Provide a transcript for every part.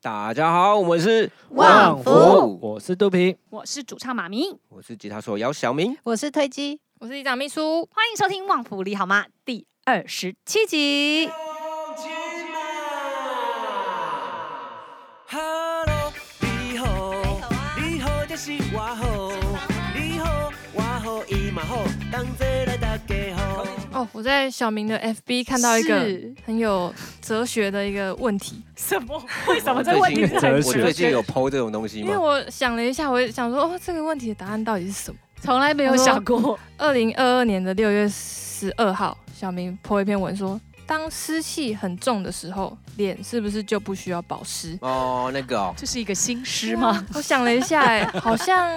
大家好，我们是旺福我是肚皮，我是主唱马明，我是吉他手姚小明。我是推机，我是李长秘书，欢迎收听《旺福里好吗》第二十七集。哈喽，你好，你好就是我好，你好我好伊嘛好，同齐来大家好。哦，我在小明的 FB 看到一个是很有哲学的一个问题，什么？为什么这我个问最题近是哲很我学最近有剖这种东西因吗为？我想了一下，我也想说，哦，这个问题的答案到底是什么？从来没没有想。过？二零二二年的六月十二号，小明 po 一篇文说，当湿气很重的时候，脸是不是就不需要保湿？哦，那个哦， 这是一个新诗吗？我想了一下、 哎，好像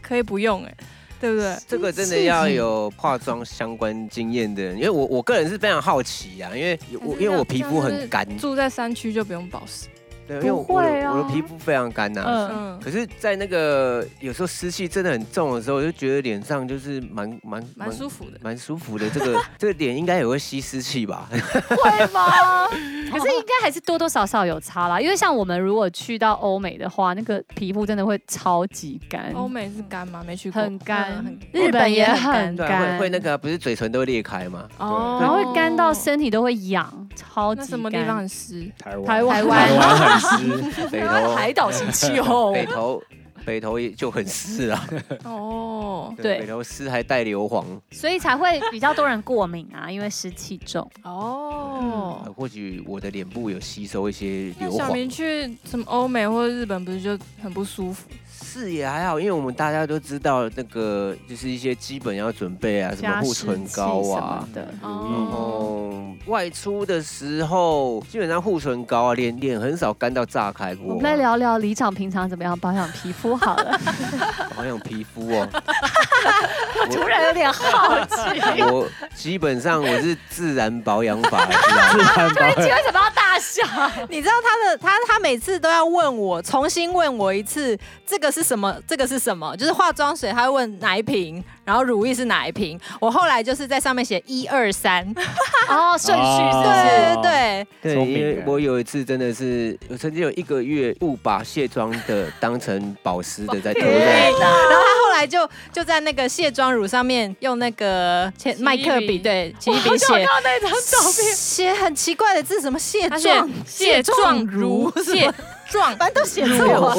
可以不用、哎，对不对？这个真的要有化妆相关经验的人，因为我我个人是非常好奇啊，因为我还是因为我要皮肤很干，住在山区就不用保湿。对，因为我不会啊我的我的皮肤非常干呐、嗯嗯，可是，在那个有时候湿气真的很重的时候，我就觉得脸上就是蛮蛮蛮舒服的。蛮舒服的。这 个这个脸应该也会吸湿气吧？ 会吗？ 可是应该还是多多少少有差啦，因为像我们如果去到欧美的话，那个皮肤真的会超级干，欧美是干吗？没去过。很干嗯很，日本也很很对啊，会干，会那个啊、不是嘴唇都会裂开吗？哦然后会干到身体都会痒，超级那干。什么地方很湿？ 台湾台湾台湾很湿，北台湾头海岛型气 候，北头北头也就很湿啊，哦 对北头湿还带硫磺，所以才会比较多人过敏啊，因为湿气重。啊哦。或许我的脸部有吸收一些那硫小明磺。去什么欧美或者日本，不是就很不舒服？是也还好，因为我们大家都知道那个就是一些基本要准备啊，什么护唇膏啊。的，然哦，后外出的时候，基本上护唇膏啊，脸脸很少干到炸开过、啊我们来，聊聊李长平常怎么样保养皮肤好 了。好想皮肤哦。突然有点好 奇，我基本上我是自然保养法，知道吗 对，为什么要大笑？嗯你知道他的他他每次都要问我，重新问我一次，这个是什么？这个是什么？就是化妆水，他会问哪一瓶，然后乳液是哪一瓶。我后来就是在上面写一二三，对哦，顺序啊是不是？对哦对，对，聪因啊明为欸我有一次真的是，我曾经有一个月不把卸妆的当成保湿的在涂在对，然后他后来就就在那个卸妆乳上面用那个切麦克笔，对，奇异笔写到那张照片，写很奇怪的字，什么卸他妆写卸妆如卸 妆，反正都写没有错。我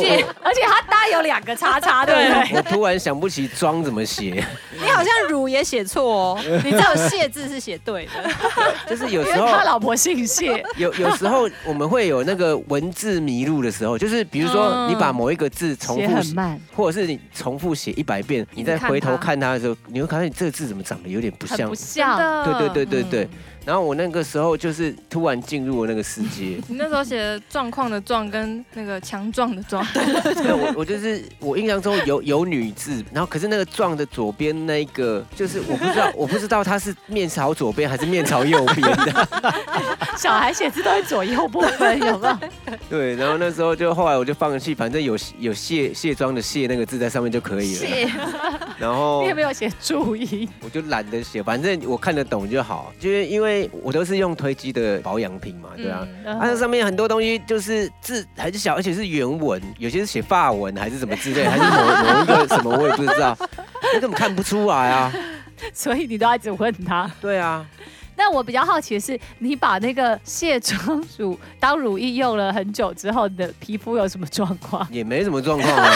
而且它搭有两个叉叉，对不对？我突然想不起妆怎么写，你好像乳也写错哦， 你只有谢字是写对的。就是有因时为候他老婆姓谢，有有时候我们会有那个文字迷路的时候，就是比如说嗯你把某一个字重写复很写，慢，或者是你重复写一百遍，你再回头看它的时候，你会发现这个字怎么长得有点不很像不。像。对对对对对，然后我那个时候就是突然进入了那个世界。你那时候写的状况的状跟那个强壮的壮，对，我我就是我印象中有有女字，然后可是那个撞的左边那一个，就是我不知道我不知道她是面朝左边还是面朝右边的。 小孩写字都会左右不分，有没有？对，然后那时候就后来我就放弃，反正有有卸卸妆的卸那个字在上面就可以了。然后你有没有写注意？我就懒得写，反正我看得懂就好。就是因为我都是用推机的保养品嘛， 对啊。嗯它、那上面很多东西就是字很小，而且是原文，有些是写法文还是什么之类，还是某某一个什么我也不知道，那根本看不出来啊。所以你都要一直问他。对啊，但我比较好奇的是，你把那个卸妆乳当乳液用了很久之后，你的皮肤有什么状况？也没什么状况啊。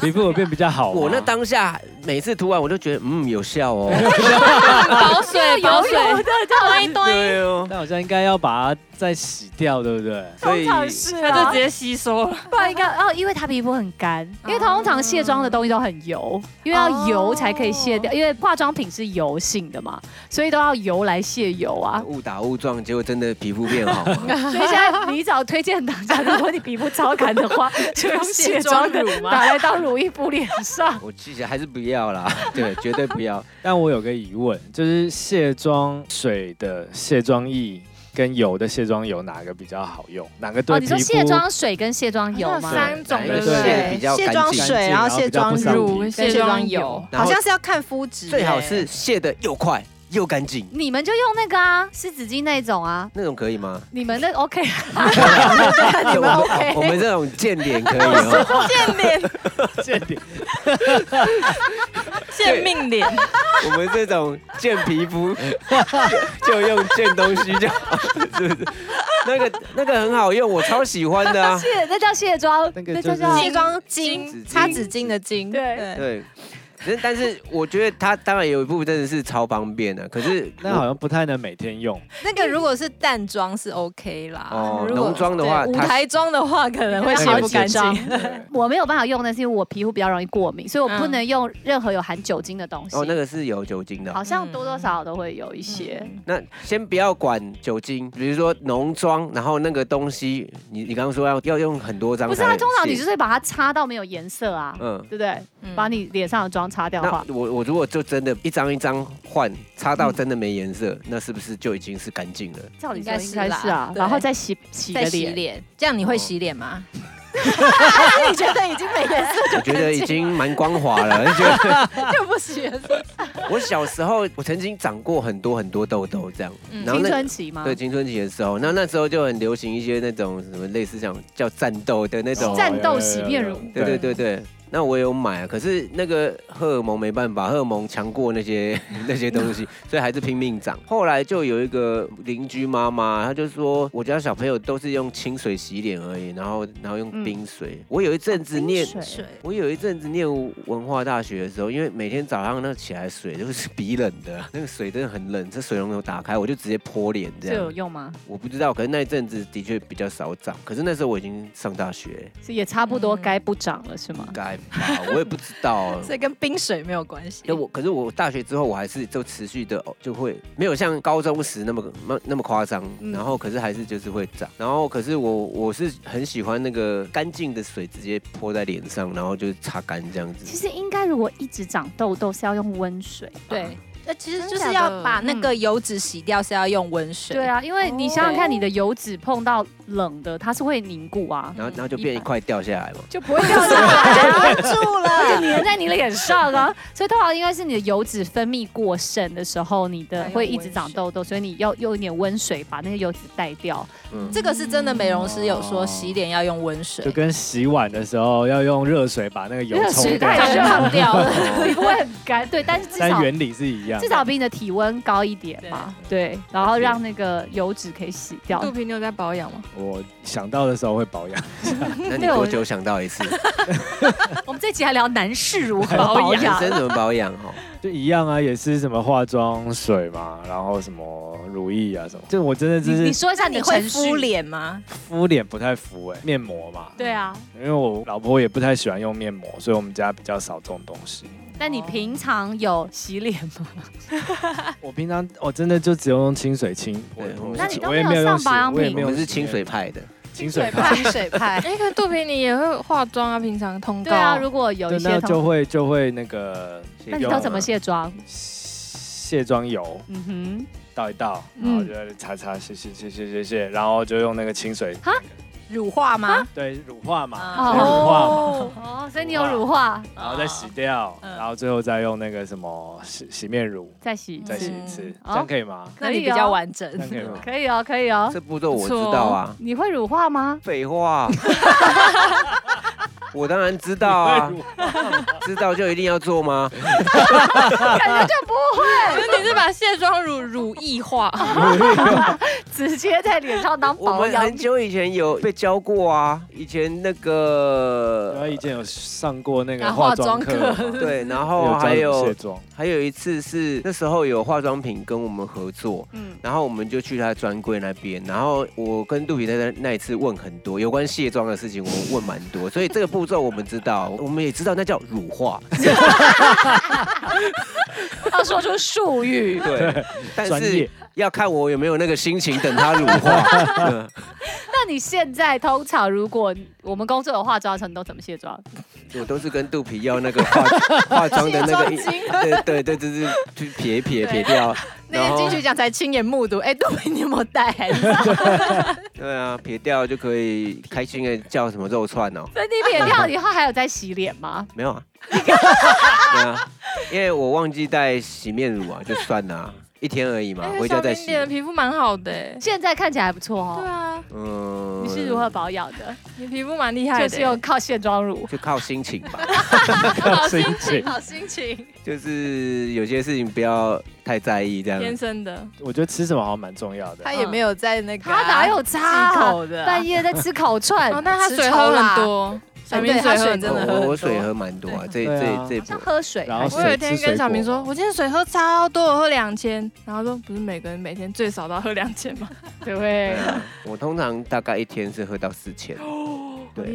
皮肤有变比较好 吗。我那当下每次涂完我就觉得嗯有效哦。保水保水，堆堆， 对哦，那好像应该要把它再洗掉，对不对？所通以常是它就啊直，接吸收了。不然应该哦，因为他皮肤很干，因为通常卸妆的东西都很油，因为要油才可以卸掉，因为化妆品是油性的嘛，所以都要油来卸油 啊。误打误撞，结果真的皮肤变 好。所以现在你找推荐大家，如果你皮肤超干的 话，就用卸妆的乳吗拿来当乳液敷脸上。我其实还是不要啦， 对，绝对不 要。但我有个疑问，就是卸妆水的卸妆液跟油的卸妆油哪个比较好用？哪个对哦，皮你肤？说卸 妆水跟卸妆油好吗像？三种对对不哪一个对是？比较卸干妆净水，然后卸妆干净然后比较不乳伤跟皮卸妆油，然后好像是要看肤质欸，最好是卸的又快又干净，你们就用那个啊，湿纸巾那种啊，那种可以吗？你们那 OK 我们 OK 我们这种见脸可以 哦，见脸、见脸见命脸，我们这种见皮 肤就就用见东西就好，是不是？那个那个很好用，我超喜欢的啊。卸，那叫卸妆，那个那就叫是叫卸妆巾，擦纸巾的巾，对对，可是但是我觉得它当然有一部分真的是超方便的，可是那好像不太能每天用。那个如果是淡妆是 OK 啦，哦如果浓妆的话对舞它台妆的话 可能会那洗个好不几干净。张对我没有办法用，那是因为我皮肤比较容易过敏，所以我不嗯能用任何有含酒精的东西。哦那个嗯是有酒精的哦。好像多多少少都会有一些。嗯那先不要管酒精，比如说浓妆，然后那个东西，你你刚刚说要要用很多张不才能是卸，啊，通常你就是会把它擦到没有颜色啊，嗯。对不对？嗯把你脸上的妆擦掉的那话，我我如果就真的一张一张换，擦到真的没颜色，那是不是就已经是干 净了？照理说应该应是该啦是啊，对然后再洗洗个在洗脸。脸，这样你会哦洗脸吗？你觉得已经没颜色我觉得已经蛮光滑了。就觉得就不洗了。我小时候，我曾经长过很多很多痘痘，这样。嗯然后青那春期吗？对，青春期的时候，那那时候就很流行一些那种什么类似像叫战斗的那种，战斗有有洗有面有乳对对对对。那我有买啊，可是那个荷尔蒙没办法，荷尔蒙强过那 些那些东西，所以还是拼命长。后来就有一个邻居妈妈，她就说我家小朋友都是用清水洗脸而已，然后然后用嗯哦冰水。我有一阵子念。冰水我有一阵子念文化大学的时候，因为每天早上那起来水都是 鼻冷的，那个水真的很冷，这水龙头打开我就直接泼脸这这有样。用吗？我不知道，可是那一阵子的确比较少长，可是那时候我已经上大学，是也差不多该不长了是吗？该吧，我也不知道。所以跟冰水没有关系。那我可是我大学之后，我还是就持续的就会没有像高中时那么那那么夸张，嗯然后可是还是就是会长，然后可是我我是很喜欢那个干净的水直接泼在脸上，然后就是擦干这样其子。实应该如果一直长痘痘是要用温水。对，那其实真就是的假要的把那个油脂洗掉，是要用温水。对，啊，因为你想想看，你的油脂碰到冷的，它是会凝固啊，哦然后，然后就变一块掉下来嘛。就不会掉下 来。住就了。粘在你脸上啊。所以通常应该是你的油脂分泌过剩的时候，你的还有会一直长痘痘，所以你要用一点温水把那些油脂带掉。嗯，这个是真的，美容师有说洗脸要用温水就，跟洗碗的时候要用热水把那个油热水冲太掉，热烫掉了。皮肤会很干，对，但是至但少原理是一样至。少比你的体温高一点嘛，对，然后让那个油脂可以洗掉 肚。皮你有在保养吗？我想到的时候会保 养，那你对我多久想到一次？我们这集还聊男士如何保 保养养生。怎么保养哦哈？就一样啊，也是什么化妆水嘛，然后什么乳液啊什么。就我真的你就你是说一下那你你的程会序敷？脸吗？敷脸不太敷哎、面膜嘛。对啊，因为我老婆也不太喜欢用面膜，所以我们家比较少这种东西。那你平常有洗脸吗？啊我平常我真的就只有用清水清，我对我那你都我也没有用上保养洗我也品 没我有们是洗清面水派的，清水派，清水派。 哎，可是肚皮你也会化妆啊，平常通告。对啊，如果有对，一些那同就会就会那个那那你有都怎么卸妆？卸妆油嗯哼，倒一倒，然嗯后就擦擦卸卸卸卸卸卸，然后就用那个清水哈乳化啊吗？对乳化嘛，啊哦乳化嘛， 哦，所以你有乳化，然后再洗掉，嗯然后最后再用那个什么洗洗面乳再洗一再洗次。一次，哦这样可以吗？那你比可以哦较完整这。样可以 吗？可以哦，可以哦。这步骤我知道啊。你会乳化吗？废 话，我当然知道啊，知道就一定要做吗？感觉就不可是你是把卸妆乳乳液化，直接在脸上当我保们养很 品。久以前有被教过啊，以前那然后个以前有上过那个啊化化妆妆课课嘛，对，然有后教哦还怎么有卸妆，还有一次是那时候有化妆品跟我们合作，嗯，然后我们就去他的专柜那边，然后我跟杜比在那那一次问很多有关卸妆的事情，我问蛮多，所以这个步骤我们知道，我们也知道那叫乳 化，要哦说出 术语。对，但专是业要看我有没有那个心情等它乳化。嗯那你现在通常如果我们工作有化妆的时候，你都怎么卸妆？我都是跟肚皮要那个化 化妆的那个，对对对，就是去撇一撇撇掉， 那天金曲奖才亲眼目睹，哎，杜比你有没有带？对啊，撇掉就可以开心的叫什么肉串哦，所以你脸掉以后还有在洗脸吗？没有啊，对啊，因为我忘记带洗面乳啊，就算了啊、一天而已嘛，哎回家小再明洗脸。的皮肤蛮好 的欸，现在看起来还不错对哦。啊，嗯你是如何？保养的？你皮肤蛮厉害的就欸，是用靠卸妆乳。就靠心情吧，靠心情。好心情，就是有些事情不要太在意这样。天生的。我觉得吃什么好像蛮重要的。他也没有在那个啊、他哪有差忌啊？口的啊、半夜在吃烤串， 哦，那他吃水稠喝啦很多，小明对他水喝水很真多的。我喝很我多水喝蛮多啊，这对这啊这像波喝水然还后是。我有一天吃水跟小明果哎说，吗我今天水喝超多，我喝两千。然后说不是每个人每天最少都要喝两千吗？对对，啊我通常大概一天是喝到四千。厉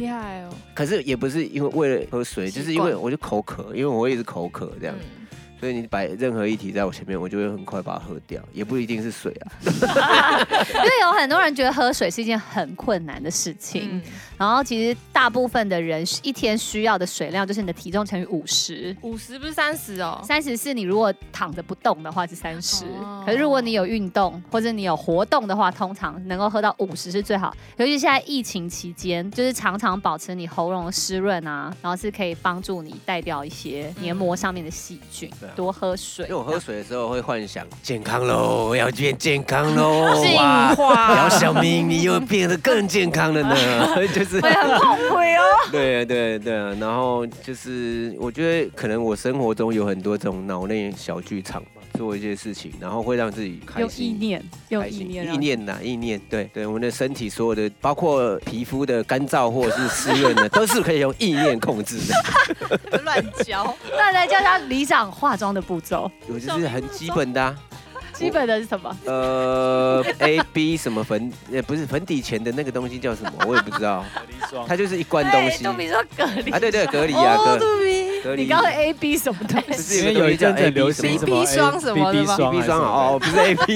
对，害哦。可是也不是因为为了喝水，就是因为我就口渴，因为我会一直口渴这样，嗯所以你摆任何一题在我前面，我就会很快把它喝掉，也不一定是水啊。因为有很多人觉得喝水是一件很困难的事情，嗯，然后其实大部分的人一天需要的水量就是你的体重乘以五十。五十不是三十哦。三十是你如果躺着不动的话是三十、哦可是如果你有运动或者你有活动的话，通常能够喝到五十是最好。尤其现在疫情期间，就是常常保持你喉咙的湿润啊，然后是可以帮助你带掉一些黏膜上面的细菌。对啊多喝水，因为我喝水的时候会幻想健康喽，我要变健康 喽，进哇！姚小明，你又变得更健康了 呢，就是会很后悔哦。 对对对啊，然后就是我觉得可能我生活中有很多这种脑内小剧场吧，做一些事情，然后会让自己开用意心。念，用开意心，念意让，念呐、意念，对对，我们的身体所有的，包括皮肤的干燥或者是湿润的，都是可以用意念控制的。乱 教，那来教他里长化妆的步骤，我就是很基本的、啊，基本的是什么？呃，A B 什么粉，呃，不是粉底前的那个东西叫什么，我也不知道，它就是一罐东西就比如说隔离啊，对对，隔离啊，哦隔隔离你。刚刚 A B 什么东 就西？是因有为一个哎有一阵子很流 AB 行什么哎 BB 霜什么的 BB 吧霜 B 霜啊哦，不是 A B，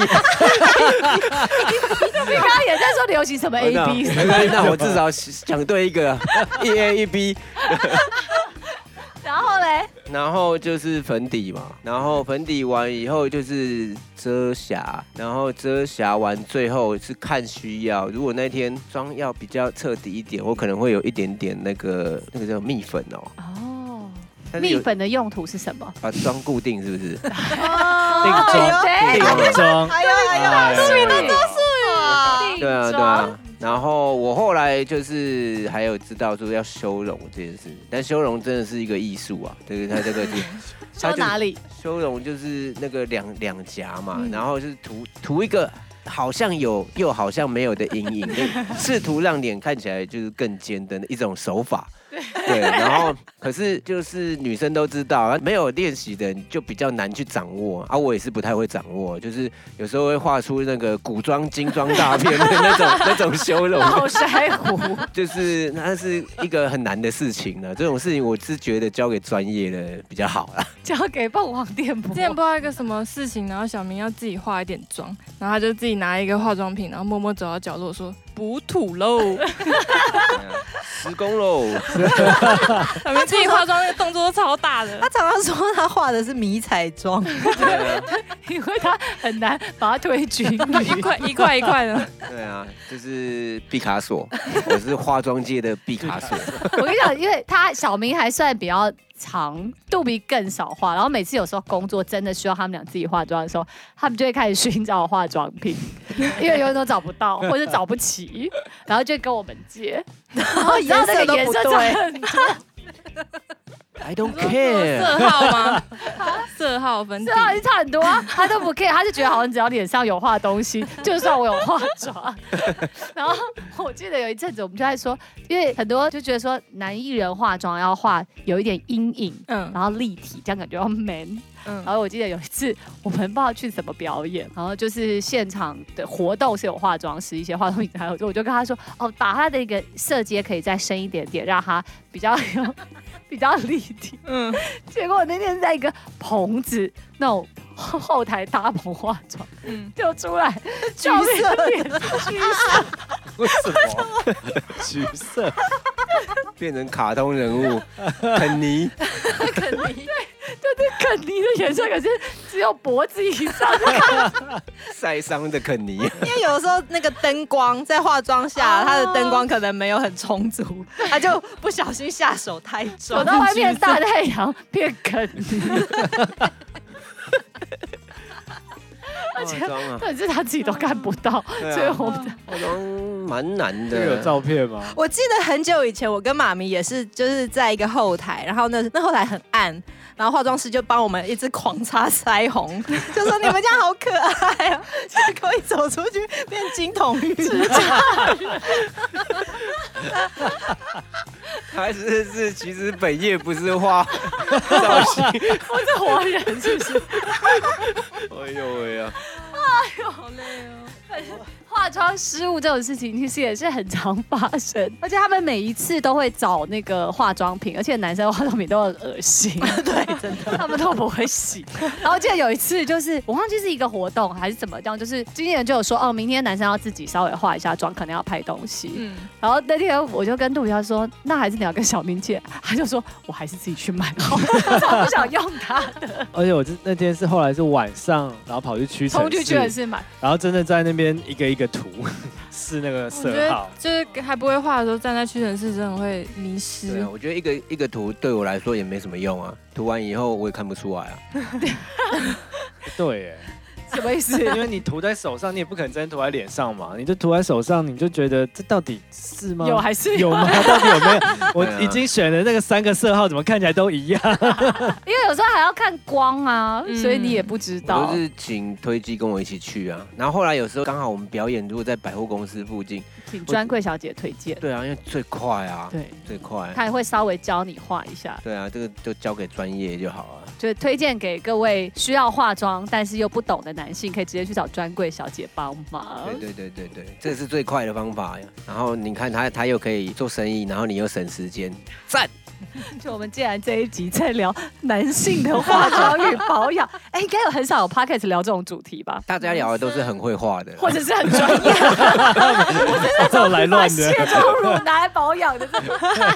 你刚刚也在说流行什么 A B 什没么，关系，那我至少讲对一个，一 A 一 B，然后嘞，然后就是粉底嘛，然后粉底完以后就是遮瑕，然后遮瑕完最后是看需要。如果那天妆要比较彻底一点，我可能会有一点点那个那个叫蜜粉哦，哦，但是蜜有粉的用途是什么？把妆固定是不 是？哦 定妆，对定妆，还有还哎有哇，对啊对啊。然后我后来就是还有知道说要修容这件事，但修容真的是一个艺术啊，就是它这 个是。它说就哪里？修容就是那个两两颊嘛，嗯然后就是涂涂一个好像有又好像没有的阴影，试图让脸看起来就是更尖的一种手法。对，然后可是就是女生都知道，啊没有练习的人就比较难去掌握啊。我也是不太会掌握，就是有时候会画出那个古装精装大片的那种 那种修容，络腮胡，就是那是一个很难的事情呢。这种事情我是觉得交给专业的比较好啊啦。 交给凤凰电波之。前不知道一个什么事情，然后小明要自己化一点妆，然后他就自己拿一个化妆品，然后默默走到角落说补土 喽。施工喽。小明自己化妆那个动作都超大的他，常常说他画的是迷彩 妆，对啊因为他很难把它推举一块一块一块的。对啊，就是毕卡索，我是化妆界的毕卡索。 我跟你讲，因为他小明还算比较长，肚皮更少化，然后每次有时候工作真的需要他们俩自己化妆的时候，他们就会开始寻找化妆 品，因为有时候找不到或者找不齐，然后就跟我们借，然后你知道那个颜色颜色都不差对很 I don't 色 care。号吗？ 色号粉底色。号已经差很多啊，他都不 care，他就觉得好像只要脸上有画东西，就算我有化妆。然后我记得有一阵子我们就在说，因为很多就觉得说男艺人化妆要画有一点阴影。嗯然后立体，这样感觉要 man。嗯然，后我记得有一次我们不知道去什么表演，然后就是现场的活动是有化妆师，一些化妆品还有，就我就跟他说，哦，把他的一个色阶可以再深一点点，让他比较有 比较立体。嗯， 结果我那天在一个棚子那种后后台搭棚化妆，嗯就出来橘色脸橘色，为什么？橘色，变成卡通人物，肯尼。就是肯尼的颜色，可是只有脖子以上。晒伤的肯尼， 因为有时候那个灯光在化妆下，哦他的灯光可能没有很充足，他就不小心下手太重，走到外面大太 阳变肯尼。化妆 啊，但是他自己都看不到， 对所以啊，我们化妆蛮难这个有的。照片吗？我记得很久以前，我跟妈咪也是，就是在一个后台，然后那那后台很暗，然后化妆师就帮我们一直狂擦腮红， 就说你们家好可爱啊！ 结果一走出去变金童玉女，还是是，其实本业不是 画造型。我是活人，是不是？ 哎呦喂啊！化妆失误这种事情其实也是很常发生， 而且他们每一次都会找那个化妆品，而且男生的化妆品都很恶心， 对，真的，他们都不会 洗。然后记得有一次就是我忘记是一个活动还是怎么样，就是经纪人就有说哦，明天男生要自己稍微化一下妆，可能要拍东西。嗯，然后那天我就跟杜比他说，那还是你要跟小明借，他就说我还是自己去买好， 我早不想用它的，而且我是那天是后来是晚上，然后跑去屈 臣冲氏，去屈臣氏买。然后真的在那边一个一个涂， 是那个我色觉得号。就是还不会画的时候，站在屈臣氏真的会迷嗯对失啊，。我觉得一个一个图对我来说也没什么用啊，涂完以后我也看不出来啊。对耶，什么意 思？因为你涂在手上，你也不可能真的涂在脸上嘛，你就涂在手上，你就觉得这到底是吗？有还 是有有吗？ 到底 有没有？我对啊已经选了那个三个色号，怎么看起来 都一样？因为有时候还要看光啊，嗯所以你也不知我道就。是请推机跟我一起去啊，然后后来有时候刚好我们表演如果在百货公司附近，请专柜小姐推荐，对啊，因为最快啊，对，最快。她也会稍微教你画一下，对啊，这个就交给专业就好啊了。就是推荐给各位需要化妆但是又不懂的男性，可以直接去找专柜小姐帮忙对。对对对对，这是最快的方法呀。然后你看他，他又可以做生意，然后你又省时间，赞！就我们既然这一集在聊男性的化妆与保 养，哎，应该有很少有 p o c k e t 聊这种主题吧？大家聊的都是很会画的， 或者是很专 业，这种来乱卸的。妆乳拿来保养 的这种。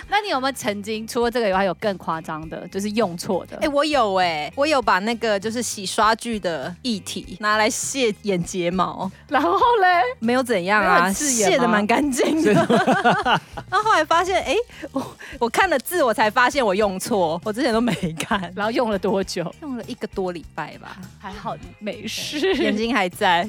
那你有没有曾经除了这个以外有更夸张的，就是用错的？哎、我有哎、我有把那个就是洗刷具的液体拿来卸眼睫毛，然后嘞，没有怎样没有啊，很刺眼吗卸的蛮干净 的。然后后来发现，哎、我我看了字，我才发现我用错，我之前都没看，然后用了多久？ 用了一个多礼拜吧，还好没事。眼睛还在。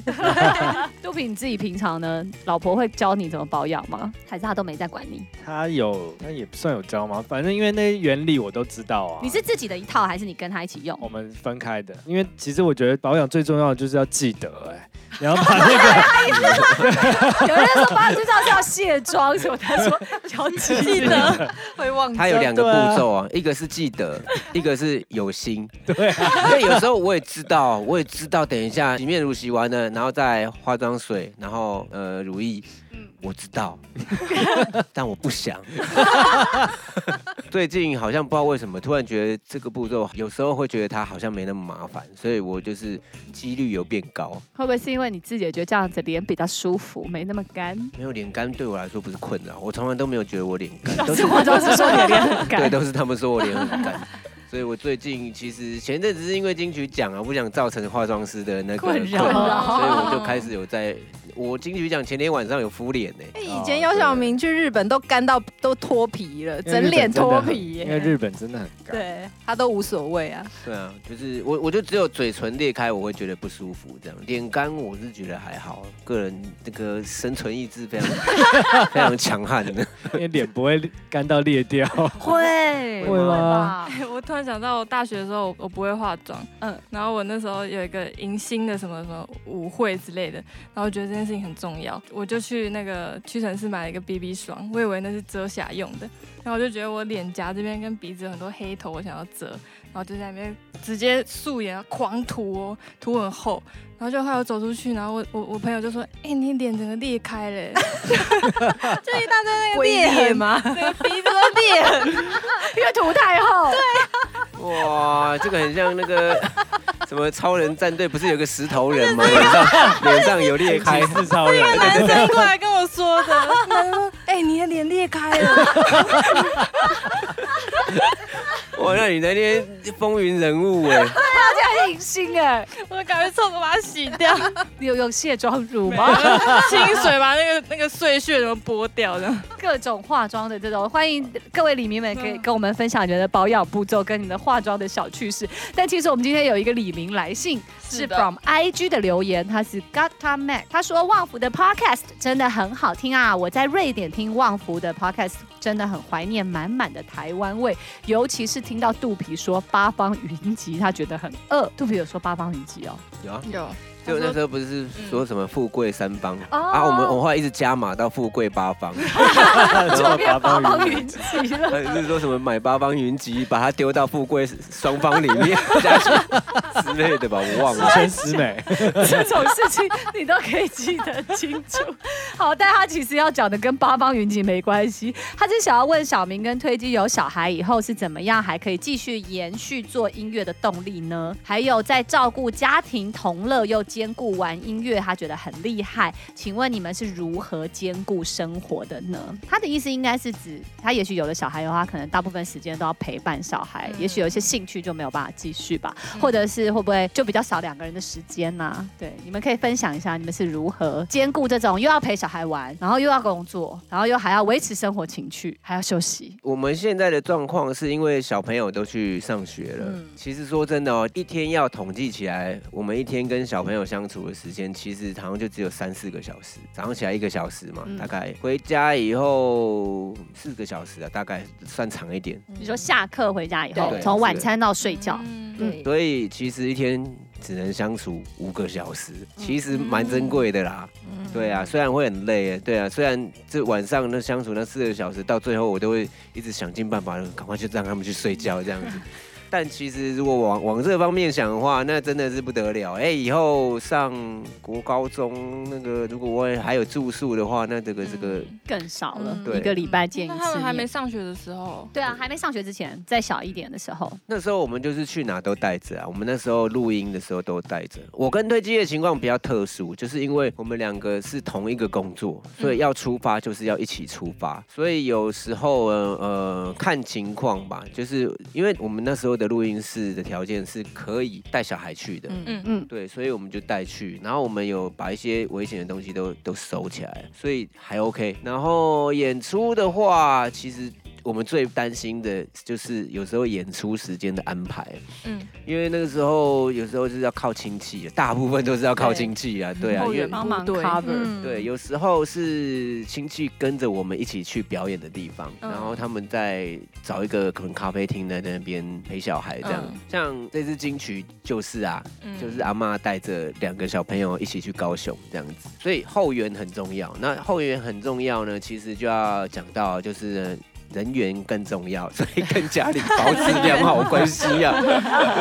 杜比，你自己平常呢，老婆会教你怎么保养吗？还是她都没在管你？他有，他也不算有教吗？反正因为那些原理我都知道啊。你是自己的一套，还是你跟她一起用我？们分开的，因为其实我觉得保养最重要的就是要记得、哎，你 要把那个。有人说把她知道是要卸妆，所以她说要记得。会忘他有两个对啊步骤啊，一个是记得，一个是有心。对、因为有时候我也知道，我也知道，等一下洗面乳洗完了，然后再化妆水，然后呃乳液，我知道， 但我不想。 最近好像不知道为什么，突然觉得这个步骤有时候会觉得它好像没那么麻烦，所以我就是几率有变高。 会不会是因为你自己也觉得这样子脸比较舒服，没那么干？没有脸干对我来说不是困扰，我从来都没有觉得我脸干，上次化妆师说你的脸很 对，干，都是他们说我脸很干。所以我最近其实前阵子是因为金曲奖啊，不想造成化妆师的那个困扰哦所以我就开始有在，我金曲奖前天晚上有敷脸呢、哎以前姚晓明去日本都干到都脱皮了，因为日整脸本真的脱很皮因为耶。日本真的很干。对他都无所谓啊，对啊，就是我我就只有嘴唇裂开我会觉得不舒服，这样脸干我是觉得还好，个人这个生存意志非常 非常强悍的。因为脸不会干到裂掉。会 会吗？ 哎我突然想到，我大学的时候我不会化妆，嗯嗯，然后我那时候有一个迎新的什么什么舞会之类的，然后我觉得这件事情很重要，我就去那个屈臣氏买了一个 BB 霜，我以为那是遮瑕用的，然后我就觉得我脸颊这边跟鼻子有很多黑头，我想要遮，然后就在那边直接素颜狂涂哦，涂很厚，然后就后来我走出去，然后我我我朋友就说，哎、你脸整个裂开了，就一大堆那个裂痕吗？整个鼻子 都裂了，因为涂太厚。哇，这个很像那个什么超人战队，不是有个石头人吗？脸上脸上有裂开开。是超人，男生过来跟我说 的，男生说，哎、你的脸裂开了。哇，那你那天风云人物哎、大家很隐心哎，我赶快厕所把它洗掉， 你有用卸妆乳没吗？了清水 把那个那个碎屑都剥掉的。各种化妆的这种，欢迎各位李明们可以跟我们分享你们的保养步骤跟你们的化妆的小趣事。但其实我们今天有一个李明来信，是是的 from IG 的留言，他是 Gata Mac，他说旺福的 Podcast 真的很好听啊，我在瑞典听旺福的 Podcast 真的很怀念满满的台湾味，尤其是听到肚皮说八方云集，他觉得很饿。肚皮有说八方云集哦，有啊，有，就那时候不是说什么富贵三方哦啊，我们我后来一直加码到富贵八 方，就变哦八八方方云 集了。呃就是说什么买八方云集，把它丢到富贵双方里 面加去之类的吧，我忘五了。千十美，这种事情你都可以记得清楚。 好，但他其实要讲的跟八方云集没关系，他是想要问小明跟推机有小孩以后是怎么样还可以继续延续做音乐的动力呢？还有在照顾家庭同乐又兼顾玩音乐，他觉得很厉害。请问你们是如何兼顾生活的呢？他的意思应该是指他也许有了小孩的话，可能大部分时间都要陪伴小孩，嗯也许有一些兴趣就没有办法继续吧。嗯或者是会不会就比较少两个人的时间呐、对，你们可以分享一下你们是如何兼顾这种又要陪小孩玩，然后又要工作，然后又还要维持生活情趣，还要休息。我们现在的状况是因为小朋友都去上学了。嗯其实说真的哦，一天要统计起来，我们一天跟小朋友相处的时间，其实好像就只有三四个小时。早上起来一个小时嘛，嗯大概回家以后四个小时啊，大概算长一点。你说下课回家以后，对从晚餐到睡觉，嗯，对，所以其实一天只能相处五个小时，其实蛮珍贵的啦。对啊，虽然会很累，对啊，虽然这晚上那相处那四个小时，到最后我都会一直想尽办法，赶快就让他们去睡觉这样子。但其实如果往往这方面想的话，那真的是不得了。哎、以后上国高中那个，如果我还有住宿的话，那这个这个更少了，嗯对一个礼拜见一那次他们还没面上学的时候，对啊，还没上学之前，再小一点的时候，那时候我们就是去哪都带着啊，我们那时候录音的时候都带着。我跟推机的情况比较特殊，就是因为我们两个是同一个工作，所以要出发就是要一起出发，所以有时候呃呃看情况吧，就是因为我们那时候的录音室的条件是可以带小孩去的，嗯嗯，对，所以我们就带去，然后我们有把一些危险的东西都都收起来，所以还 OK。然后演出的话，其实我们最担心的就是有时候演出时间的安排，嗯，因为那个时候有时候是要靠亲戚，啊大部分都是要靠亲戚啊，对啊，因嗯后为援帮忙部队 cover，嗯对，有时候是亲戚跟着我们一起去表演的地方，嗯然后他们再找一个可能咖啡厅在那边陪小孩这样。嗯像这支金曲就是啊，嗯就是阿妈带着两个小朋友一起去高雄这样子，所以后援很重要。那后援很重要呢，其实就要讲到就是。人员更重要，所以跟家里保持良好关系 啊。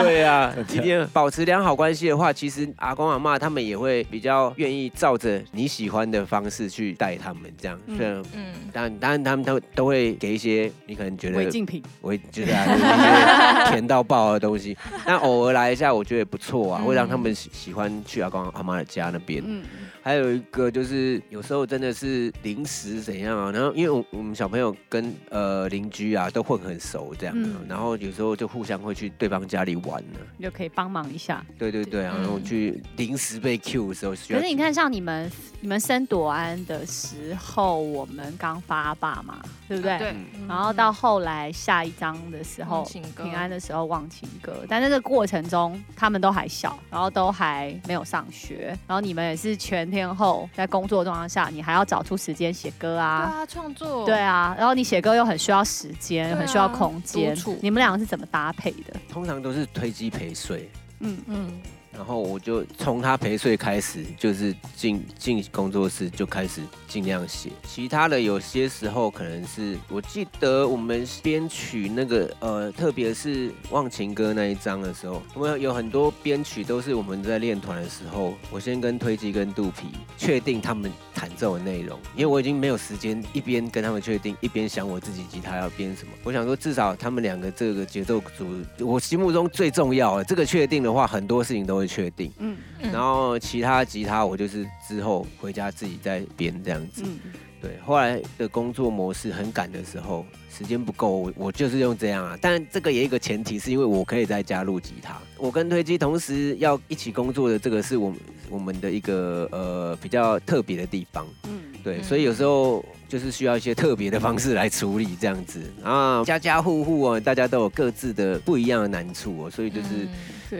对啊，今天保持良好关系的话，其实阿公阿妈他们也会比较愿意照着你喜欢的方式去带他们这样。虽然嗯，当然，当然他们都都会给一些你可能觉得违禁品，我就是啊， 就是一些甜到爆的东西。那偶尔来一下，我觉得也不错啊，嗯会让他们喜喜欢去阿公阿妈的家那边。嗯，还有一个就是有时候真的是临时怎样啊，然后因为我我们小朋友跟呃邻居啊都混很熟这样啊、嗯然后有时候就互相会去对方家里玩呢、你就可以帮忙一下。对对对啊，嗯然后去临时被 Q 的时候需可要是去。你看，像你们你们升朵安的时候，我们刚发爸嘛，对不对？啊对嗯，然后到后来下一章的时候嗯忘，情歌平安的时候忘情歌，但在这个过程中，他们都还小，然后都还没有上学，然后你们也是全天候在工作状况下，你还要找出时间写歌对啊。啊，创作，对啊，然后你写歌又很需要时间，对啊很需要空间独处。你们两个是怎么搭配的？通常都是推机陪睡，嗯，嗯，然后我就从他陪睡开始，就是进进工作室就开始尽量写。其他的有些时候可能是我记得我们编曲那个呃，特别是《忘情歌》那一章的时候，我们有很多编曲都是我们在练团的时候，我先跟推机跟肚皮确定他们弹奏的内容，因为我已经没有时间一边跟他们确定，一边想我自己吉他要编什么。我想说，至少他们两个这个节奏组，我心目中最重要的这个确定的话，很多事情都会确定。嗯嗯然后其他吉他我就是之后回家自己再编这样子。嗯，对，后来的工作模式很赶的时候，时间不够，我我就是用这样啊。但这个也有一个前提，是因为我可以再加入吉他。我跟推机同时要一起工作的，这个是我们我们的一个呃比较特别的地方。嗯，对，嗯所以有时候就是需要一些特别的方式来处理这样子啊。家家户户哦，大家都有各自的不一样的难处哦，所以就是嗯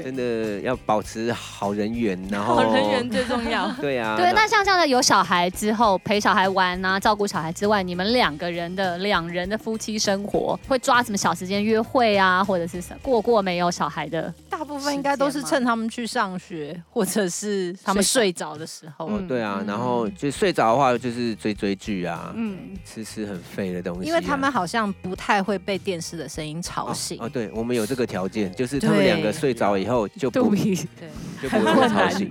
真对。的要保持好人缘，然后好人缘最重 要。对啊，对，那像这样的有小孩之后陪小孩玩啊，照顾小孩之外，你们两个人的两人的夫妻生活会抓什么小时间约会啊，或者是什过过没有小孩的？大部分应该都是趁他们去上学，或者是他们睡着的时候。哦，对啊，嗯然后就睡着的话就是追追剧啊，嗯，吃吃很废的东西啊、因为他们好像不太会被电视的声音吵醒哦，哦，对，我们有这个条件，就是他们对两个睡着以后就 肚不皮， 就不很会困吵难醒。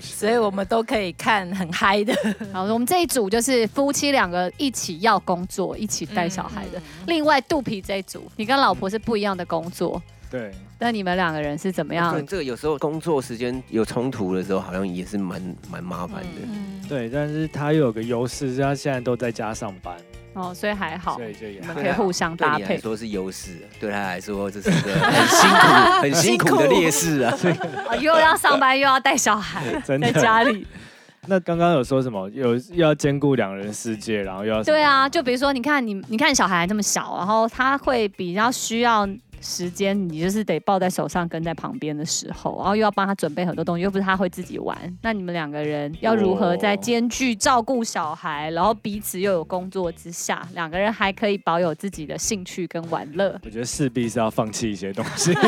所以我们都可以看很嗨的。好，我们这一组就是夫妻两个一起要工作，一起带小孩的。另外，肚皮这一组，你跟老婆是不一样的工作，对，那你们两个人是怎么样对，？这个有时候工作时间有冲突的时候，好像也是蛮蛮麻烦的。嗯，对，但是他又有个优势，是他现在都在家上班，哦，所以还好，所以就也你们还好可以互相对搭你来配。说是优势，对他来说这是一个很辛苦、很辛苦的劣势啊。哦，又要上班又要带小孩， 真在的。家里。那刚刚有说什么？有要兼顾两人世界，然后又要什么对，啊，就比如说，你看你，你看小孩还这么小，然后他会比较需要时间，你就是得抱在手上跟在旁边的时候，然后又要帮他准备很多东西，又不是他会自己玩。那你们两个人要如何在哦？兼具照顾小孩，然后彼此又有工作之下，两个人还可以保有自己的兴趣跟玩乐我觉得势必是要放弃一些东西。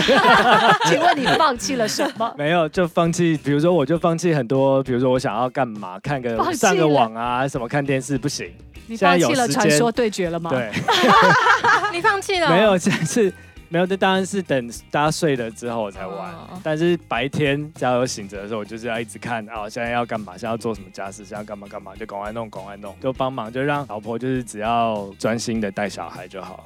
请问你放弃了什么？没有，就放弃，比如说我就放弃很多，比如说我想要干嘛，看个放弃上个了网啊，什么看电视不行。你现放在有弃了时传间说对决了吗？对，啊你放弃了？没有， 这是没有，这当然是等大家睡了之后我才玩。哦但是白天只要有醒着的时候，我就是要一直看啊，现在要干嘛，现在要做什么家事，现在要干嘛干嘛，就赶快弄，赶快弄，就帮忙，就让老婆就是只要专心的带小孩就好了。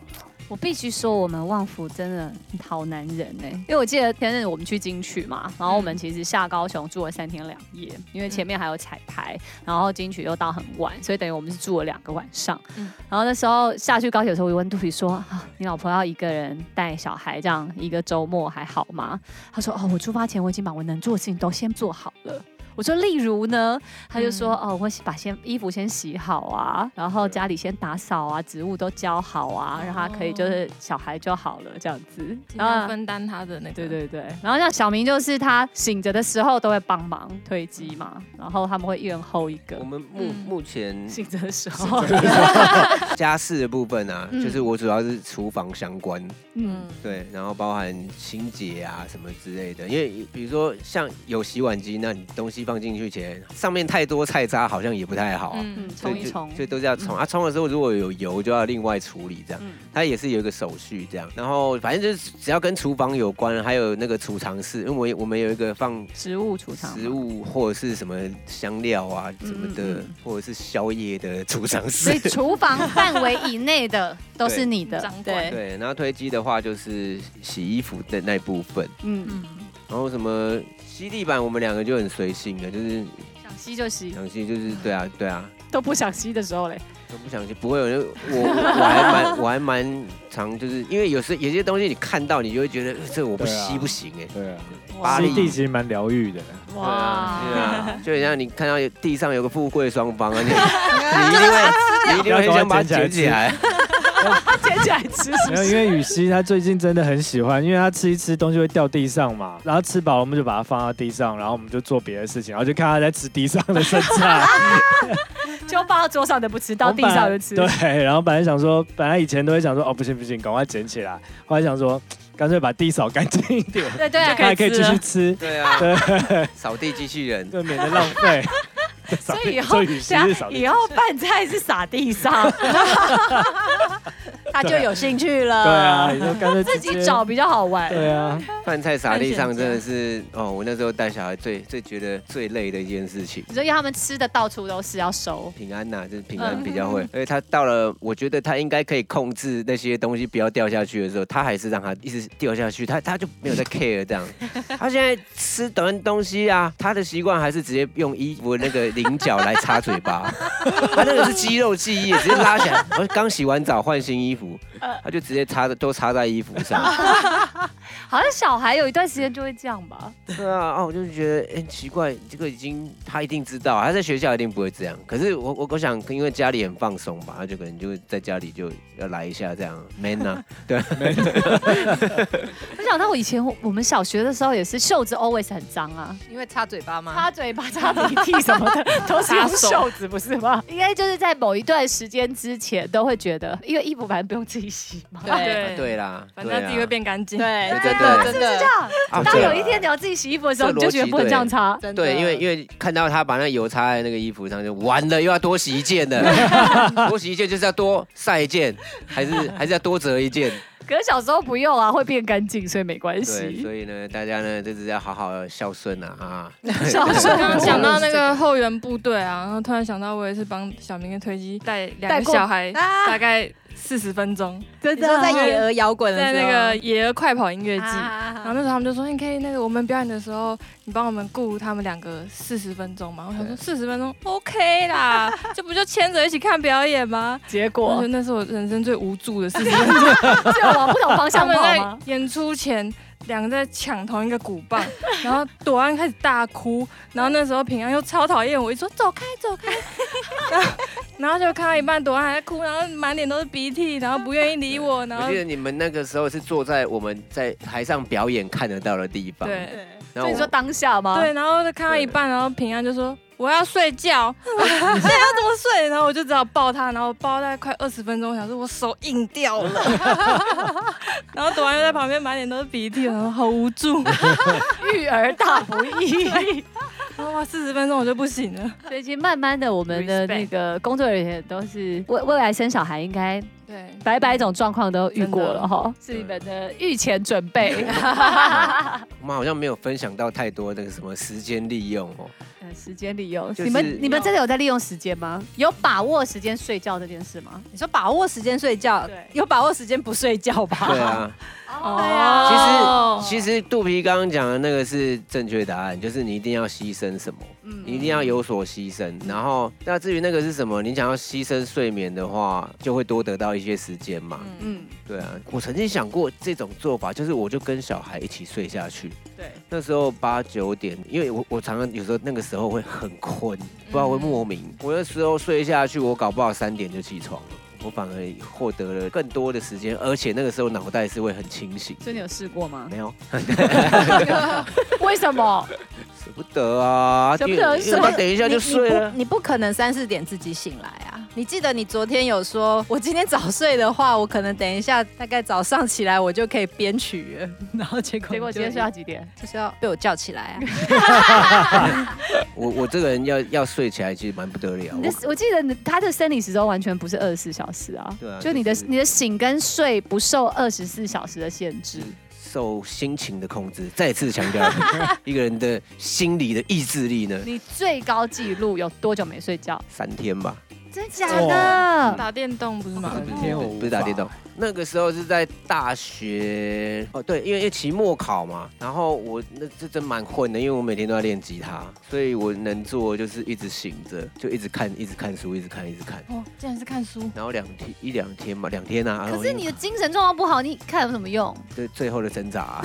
我必须说，我们旺福真的好男人呢、因为我记得前阵子我们去金曲嘛，然后我们其实下高雄住了三天两夜，因为前面还有彩排，然后金曲又到很晚，所以等于我们是住了两个晚上。嗯然后那时候下去高铁的时候，我就问杜比说：“啊，你老婆要一个人带小孩这样一个周末还好吗？”他说：“哦，我出发前我已经把我能做的事情都先做好了。”我说：“例如呢？”他就说：“哦，我把先衣服先洗好啊，然后家里先打扫啊，植物都浇好啊，让他可以就是小孩就好了这样子。”尽然量后。分担他的那个。对对对，然后像小明就是他醒着的时候都会帮忙推机嘛，然后他们会一人吼一个我。们目嗯目前醒着的时候，家事的部分啊，嗯就是我主要是厨房相关，嗯，对，然后包含清洁啊什么之类的。因为比如说像有洗碗机，那你东西放进去前，上面太多菜渣好像也不太好啊。嗯嗯，所冲以一就冲，所以都是要冲啊。冲的时候如果有油，就要另外处理这样。嗯它也是有一个手续这样。然后反正就是只要跟厨房有关，还有那个储藏室，因为我也我们有一个放植物储藏嘛，食物或者是什么香料啊什么嗯嗯的嗯，或者是宵夜的 储藏所室以。厨房范围以内的都是你的，掌管对，对，然后推机的话就是洗衣服的那一部分，嗯，然后什么吸地板，我们两个就很随性的，就是想吸就吸，想吸就是对啊对啊，都不想吸的时候嘞，都不想吸，不会有人我我还蛮 我还蛮常就是因为有时有些东西你看到你就会觉得呃这我不对啊吸不行哎，对啊，巴吸黎地其实蛮疗愈的。对啊，对啊，就很像你看到有地上有个富贵双方啊， 你你一定会你一定会想把它捡起来，捡起来吃是没不有，是？因为雨熙她最近真的很喜欢，因为她吃一吃东西会掉地上嘛，然后吃饱了我们就把它放到地上，然后我们就做别的事情，然后就看她在吃地上的 剩菜。就放到桌上的不吃，到地上就吃我。本来对，然后本来想说，本来以前都会想说，哦，不行不行，赶快捡起来。后来想说，干脆把地扫干净一点，对啊对，还可以继续吃，对啊，扫地机器人，就免得浪 费。所以以所后 以雨熙等是扫下地以后饭菜是撒地上，他就有兴趣了。对啊，你就干脆自直接己找。比较好玩。对啊，饭菜撒地上真的是哦，我那时候带小孩最最觉得最累的一件事情。你说要他们吃的到处都是，要熟。平安呐、就是平安比较会，而且他到了，我觉得他应该可以控制那些东西不要掉下去的时候，他还是让他一直掉下去，他他就没有在 care 这样。他现在吃短东西啊，他的习惯还是直接用衣服的那个菱角来擦嘴巴，他那个是肌肉记忆，直接拉起来。我刚洗完澡换新衣服，他就直接擦的都擦在衣服上。好像小孩有一段时间就会这样吧。 对啊，啊，我就觉得，哎、奇怪，这个已经他一定知道，他在学校一定不会这样。可是我我我想，因为家里很放松吧，他就可能就在家里就要来一下这样，man 啊，我想到我以前我们小学的时候也是，袖子 always 很脏啊，因为擦嘴巴吗？擦嘴巴、擦鼻涕什么 的都是用袖子，不是吗？应该就是在某一段时间之前都会觉得，因为衣服反正不用自己洗嘛。对啊对啦，反正他自己会变干啊净。对对真对对哎是的真这的样。啊当对有一天你要自己洗衣服的时候，这你逻辑就觉得不能这样擦。真的。对，因为因为看到他把那油擦在那个衣服上，就完了，又要多洗一件 的，多洗一件就是要多晒一件，还是还是要多折一 件。可是小时候不用啊，会变干净，所以没关对，系。所以呢，大家呢就是要好好地孝顺啊啊，小时 候刚刚想到那个后援部队啊，然后突然想到我也是帮小明跟推机带两带个过小孩，啊大概四十分钟，真的在野鹅摇滚的时在候，那个野鹅快跑音乐季。然后啊那时候他们就说：“哎你可以那个我们表演的时候，你帮我们顾他们两个四十分钟嘛。”我想说四十分钟 OK 啦，这不就牵着一起看表演吗？结我觉果得那是我人生最无助的事情。就是就往不同方 他向们跑在吗？演出前，两个在抢同一个鼓棒，然后朵安开始大哭，然后那时候平安又超讨厌我，一直说走开走开， 然后然后就看到一半朵安还在哭，然后满脸都是鼻涕，然后不愿意理我，然我后记得你们那个时候是坐在我们在台上表演看得到的地方，对。然所后以我你说 当下吗？对，，然后就看到一半，然后平安就说我要睡觉， 现在要怎么睡？然后我就只好抱他，然后抱大概快二十分钟，我想说我手硬掉了， 然后朵安又在旁边满脸都是鼻涕，然后好无助， 育儿大不 易。然后哇四十分钟我就不行了，所以其实慢慢的，我们的 Respect 那个工作人员都是未未来生小孩，应该对，百百种状况都遇过了真的哈，是你们的预前准备。我们好像没有分享到太多那个什么时间利用哦。呃 时间利用，就是你们你们真的有在利用时间吗？有把握时间睡觉这件事吗？你说把握时间睡觉对，有把握时间不睡觉吧？ 对啊，哦其实其实肚皮刚刚讲的那个是正确答案，就是你一定要牺牲什么，嗯你一定要有所牺牲。然后那至于那个是什么，你想要牺牲睡眠的话，就会多得到一些时间嘛。嗯嗯，对啊，我曾经想过这种做法，就是我就跟小孩一起睡下去。对，那时候八九点，因为我我常常有时候那个时候会很困，嗯不知道会莫名。我那时候睡下去，我搞不好三点就起床了。我反而获得了更多的时间，而且那个时候脑袋是会很清醒。所以你有试过吗？没有，为什么？舍不得啊，舍不得因为因为他等一下就睡你你了不。你不可能三四点自己醒来啊！你记得你昨天有说，我今天早睡的话，我可能等一下大概早上起来我就可以编曲了，然后结果结果今天睡到几点？就是要被我叫起来啊！我我这个人要要睡起来其实蛮不得了。你我的我记得你他的生理时钟完全不是二十四小时啊，对啊就你的就是你的醒跟睡不受二十四小时的限制。受心情的控制，再次强 调，一个人的心理的意志力呢，你最高纪录有多久没睡觉？三天吧。真假哇的？嗯打电动不是吗？三天我无不是打法电动，那个时候是在大学哦，对，因为因为期末考嘛，然后我那这真蛮混的，因为我每天都在练吉他，所以我能做的就是一直醒着，就一直看，一直看书，一直看，一直看，哦，竟然是看书，然后两天一两天嘛，两天啊，可是然你的后精神状况不好，你看有什么用？对最后的挣扎、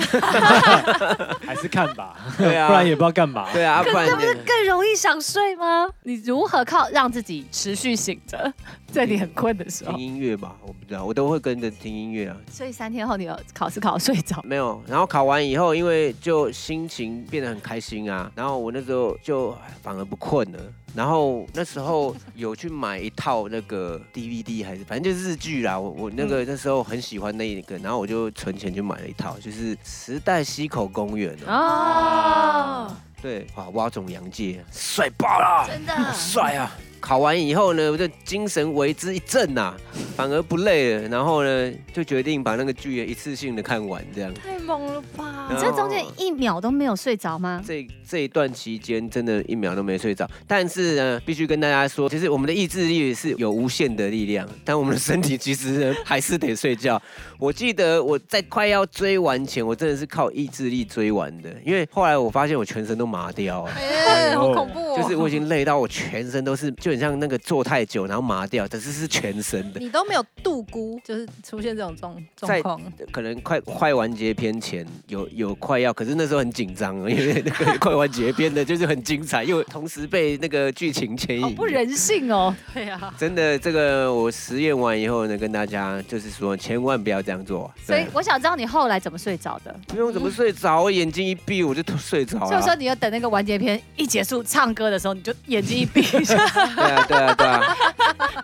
啊，还是看 吧，对啊不然也不知道干嘛。对啊，不然更容易想睡吗？你如何靠让自己持续醒着，在你很困的时听候？音乐吧，我不知道，我都会跟着听音乐啊，所以三天后你有考试考到睡着，没有，然后考完以后，因为就心情变得很开心啊，然后我那时候就反而不困了。然后那时候有去买一套那个 DVD 还是反正就是日剧啦，我我那个那时候很喜欢那一个，然后我就存钱去买了一套，就是《时代溪口公园》啊，哦，对，哇，蛙总洋介帅爆了，真的 帅啊！考完以后呢，我就精神为之一振呐、反而不累了。然后呢，就决定把那个剧一次性的看完，这样。太猛了吧你你知这道中间一秒都没有睡着吗？这这一段期间真的一秒都没睡着，但是呢，必须跟大家说，其实我们的意志力是有无限的力量，但我们的身体其实呢 还是得睡觉。我记得我在快要追完前，我真的是靠意志力追完的，因为后来我发现我全身都麻掉啊。哎，好恐怖就是哦！我已经累到我全身都是，就很像那个坐太久然后麻掉，但是是全身的。你都没有度估，就是出现这种状状在况。可能快快完结篇前有有快要，可是那时候很紧张啊，因为那 个快完结篇的就是很精彩，又同时被那个剧情牵好引哦不。人性哦！对呀，真的，这个我实验完以后呢，跟大家就是说，千万不要这样做。所以对我想知道你后来怎么睡着的。不用怎么睡着，我眼睛一闭我就睡着所以了。 说，你要等那个完结篇一结束，唱歌的时候，你就眼睛一闭对啊，对啊，对啊，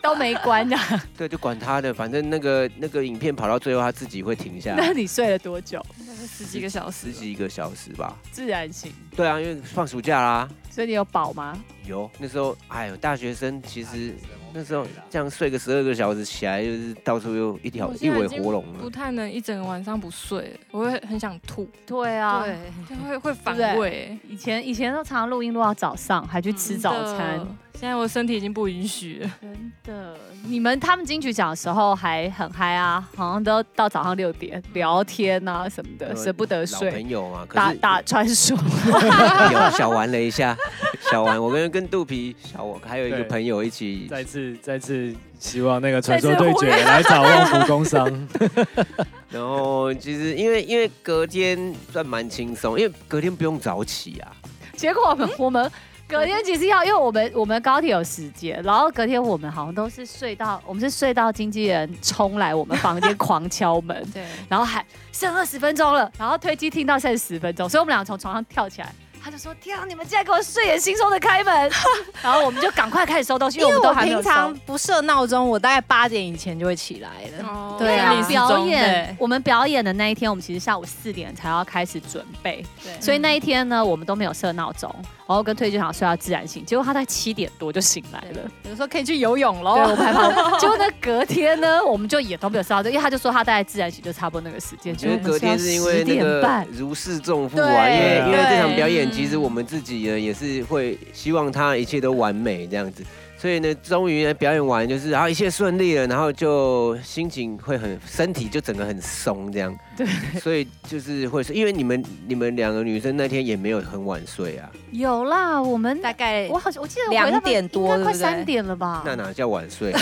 都没关啊的。对，啊就管他的，反正那个那个影片跑到最后，他自己会停下那 来，你睡了多久？十几个小时十，几个小时吧。自然醒。对啊，因为放暑假啦。所以你有饱吗？有那时候，哎呦，大学生其实那时候这样睡个十二个小时，起来就是到处又一条我一现在尾已经活龙不了。太能一整个晚上不睡了，我会很想吐，对啊，对，就会会反对不对胃。以前以前都常常录音录到早上，还去吃早餐。真的，现在我身体已经不允许了。真的，你们他们金曲奖的时候还很嗨啊，好像都到早上六点聊天啊什么的，呃舍不得老睡，朋友嘛，可打是 打传说。有小玩了一下， 小玩，我跟跟肚皮小我还有一个对朋友一 起， 再次再次希望那个传说对决来找旺福工商。然后其实因为因为隔天算蛮轻松，因为隔天不用早起啊，结果我们我们隔天其实要，因为我们我们高铁有时间，然后隔天我们好像都是睡到，我们是睡到经纪人冲来我们房间狂敲门，对，然后喊剩二十分钟了，然后推机听到剩十分钟，所以我们俩从床上跳起来。他就说：“天啊，你们竟然给我睡眼惺忪的开门！”然后我们就赶快开始收东西，因因为我们都为我还没有平常收不设闹钟，我大概八点以前就会起来了。哦对啊因为我你们是表中演对，我们表演的那一天，我们其实下午四点才要开始准备，对所以那一天呢，我们都没有设闹钟，然后跟推荐好睡到自然醒，结果他在七点多就醒来了。比如说可以去游泳对，啊喽。我们害 怕。结果呢，隔天呢，我的就也都没有设闹钟，因为他就说他大概自然醒就差不多那个时间，因为隔天是因为十那点个半。如释重负啊，因为对因为这场对表演其实我们自己呢也是会希望他一切都完美这样子，所以呢，终于呢表演完就是啊然后一切顺利了，然后就心情会很，身体就整个很松这样，对，所以就是会是因为你们你们两个女生那天也没有很晚睡啊，有啦，我们大概我好像我记得我回他两们点多应该快对不对三点了吧？那哪叫晚睡？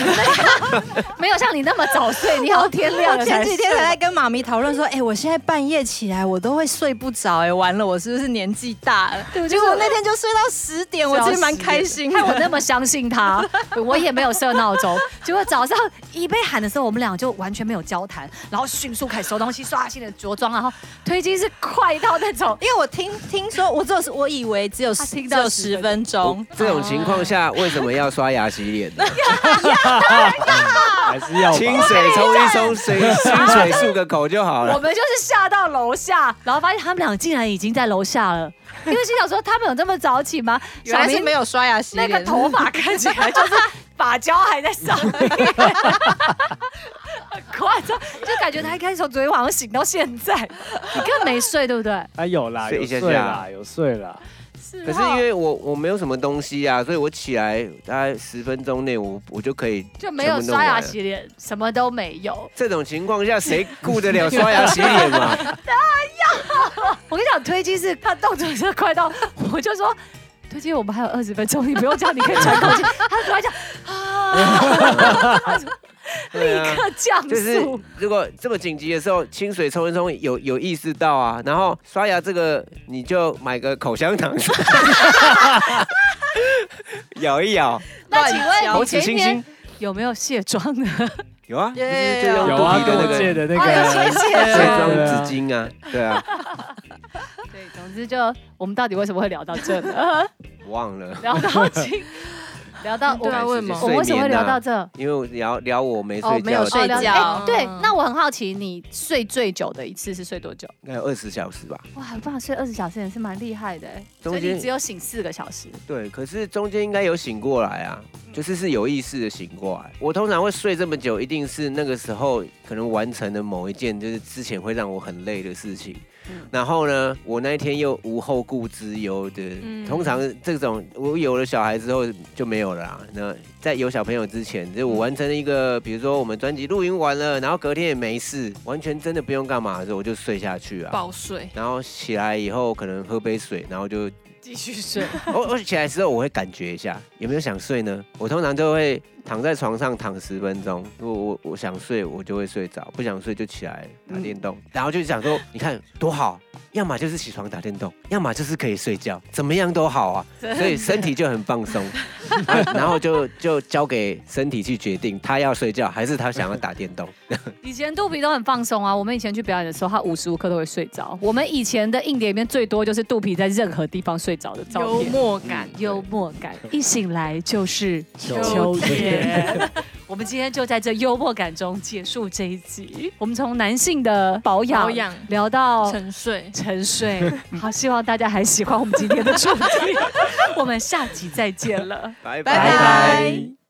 没有像你那么早睡，你好像天 亮我了前才几天还在跟妈咪讨论说，哎、我现在半夜起来我都会睡不着，哎，完了，我是不是年纪大了？对结果我那天就睡到十点，我其实蛮开心的。害。我那么相信他，我也没有设闹钟。结果早上一被喊的时候，我们俩就完全没有交谈，然后迅速开始收东西、刷新的着装，然后推进是快到那种 因为我听听说，我只有我以为只有他十听只到有十分钟，这种情况下为什么要刷牙洗脸 呢？还是要吧清水冲一冲，水清水漱个口就好我了。们就是下到楼下，然后发现他们俩竟然已经在楼下 了，因为心想说他们有这么早起吗？原来是没有有刷牙洗那脸。个头发看起 来就是发胶还在上面，很夸张，就感觉他一开始从昨天晚上醒到现 在，你更没睡对不对？啊有啦，睡有一下睡下啦，有睡啦。是可是因为我我没有什么东西啊，所以我起来大概十分钟内，我我就可以就没有全部弄完刷牙洗脸，什么都没有。这种情况下，谁顾得了刷牙洗脸嘛？我跟你讲，推机是他动作是快到， 我就说。推机，我们还有二十分钟，你不用这样，你可以喘口气。他突然讲啊， 对立啊刻降速。就是如果这么紧急的时候，清水冲一冲有有意识到啊，然后刷牙这个你就买个口香糖， 咬一咬，那请问口你齿前一清新天。有没有卸妆呢？有啊，就 Yeah 是就用有肚啊，皮跟的那我个借卸 的那哎呀谢个谢妆纸巾啊，对啊，对，总之就我们到底为什么会聊到这 呢？忘了，聊到今，聊到我对啊，们为什么？我们为什么会聊到这？因为我聊聊我没哦睡没有觉，睡哦聊觉哎对，那我很好奇，你睡最久的一次是睡多久？应该有二十小时吧。哇，有办法睡二十小时也是蛮厉害的哎，中所以间你只有醒四个小时。对，可是中间应该有醒过来啊，嗯就是是有意识的醒过来。我通常会睡这么久，一定是那个时候可能完成了某一件就是之前会让我很累的事情。嗯然后呢，我那一天又无后顾之忧的。嗯通常这种我有了小孩之后就没有了啦。那在有小朋友之前，就是我嗯完成了一个，比如说我们专辑录音完了，然后隔天也没事，完全真的不用干嘛的时候，我就睡下去啊。爆睡，然后起来以后可能喝杯水，然后就继续睡。 我我起来之后，我会感觉一下有没有想睡呢？我通常就会躺在床上躺十分钟，如果我我想睡，我就会睡着；不想睡就起来打电动，然后就想说，你看多好，要么就是起床打电动，要么就是可以睡觉，怎么样都好 啊，所以身体就很放 松，啊然后就就交给身体去决定，他要睡觉还是他想要打电动。 以前肚皮都很放松啊，我们以前去表演的时候，他无时无刻都会睡着。我们以前的硬碟里面最多就是肚皮在任何地方睡着的照幽片。默感，幽默感，一醒来就是秋天。 我们今天就在这幽默感中结束这一集。我们从男性的保养保养聊到沉睡。沉睡，好，希望大家还 喜欢我们今天的主题。我们下集再见了。拜拜拜。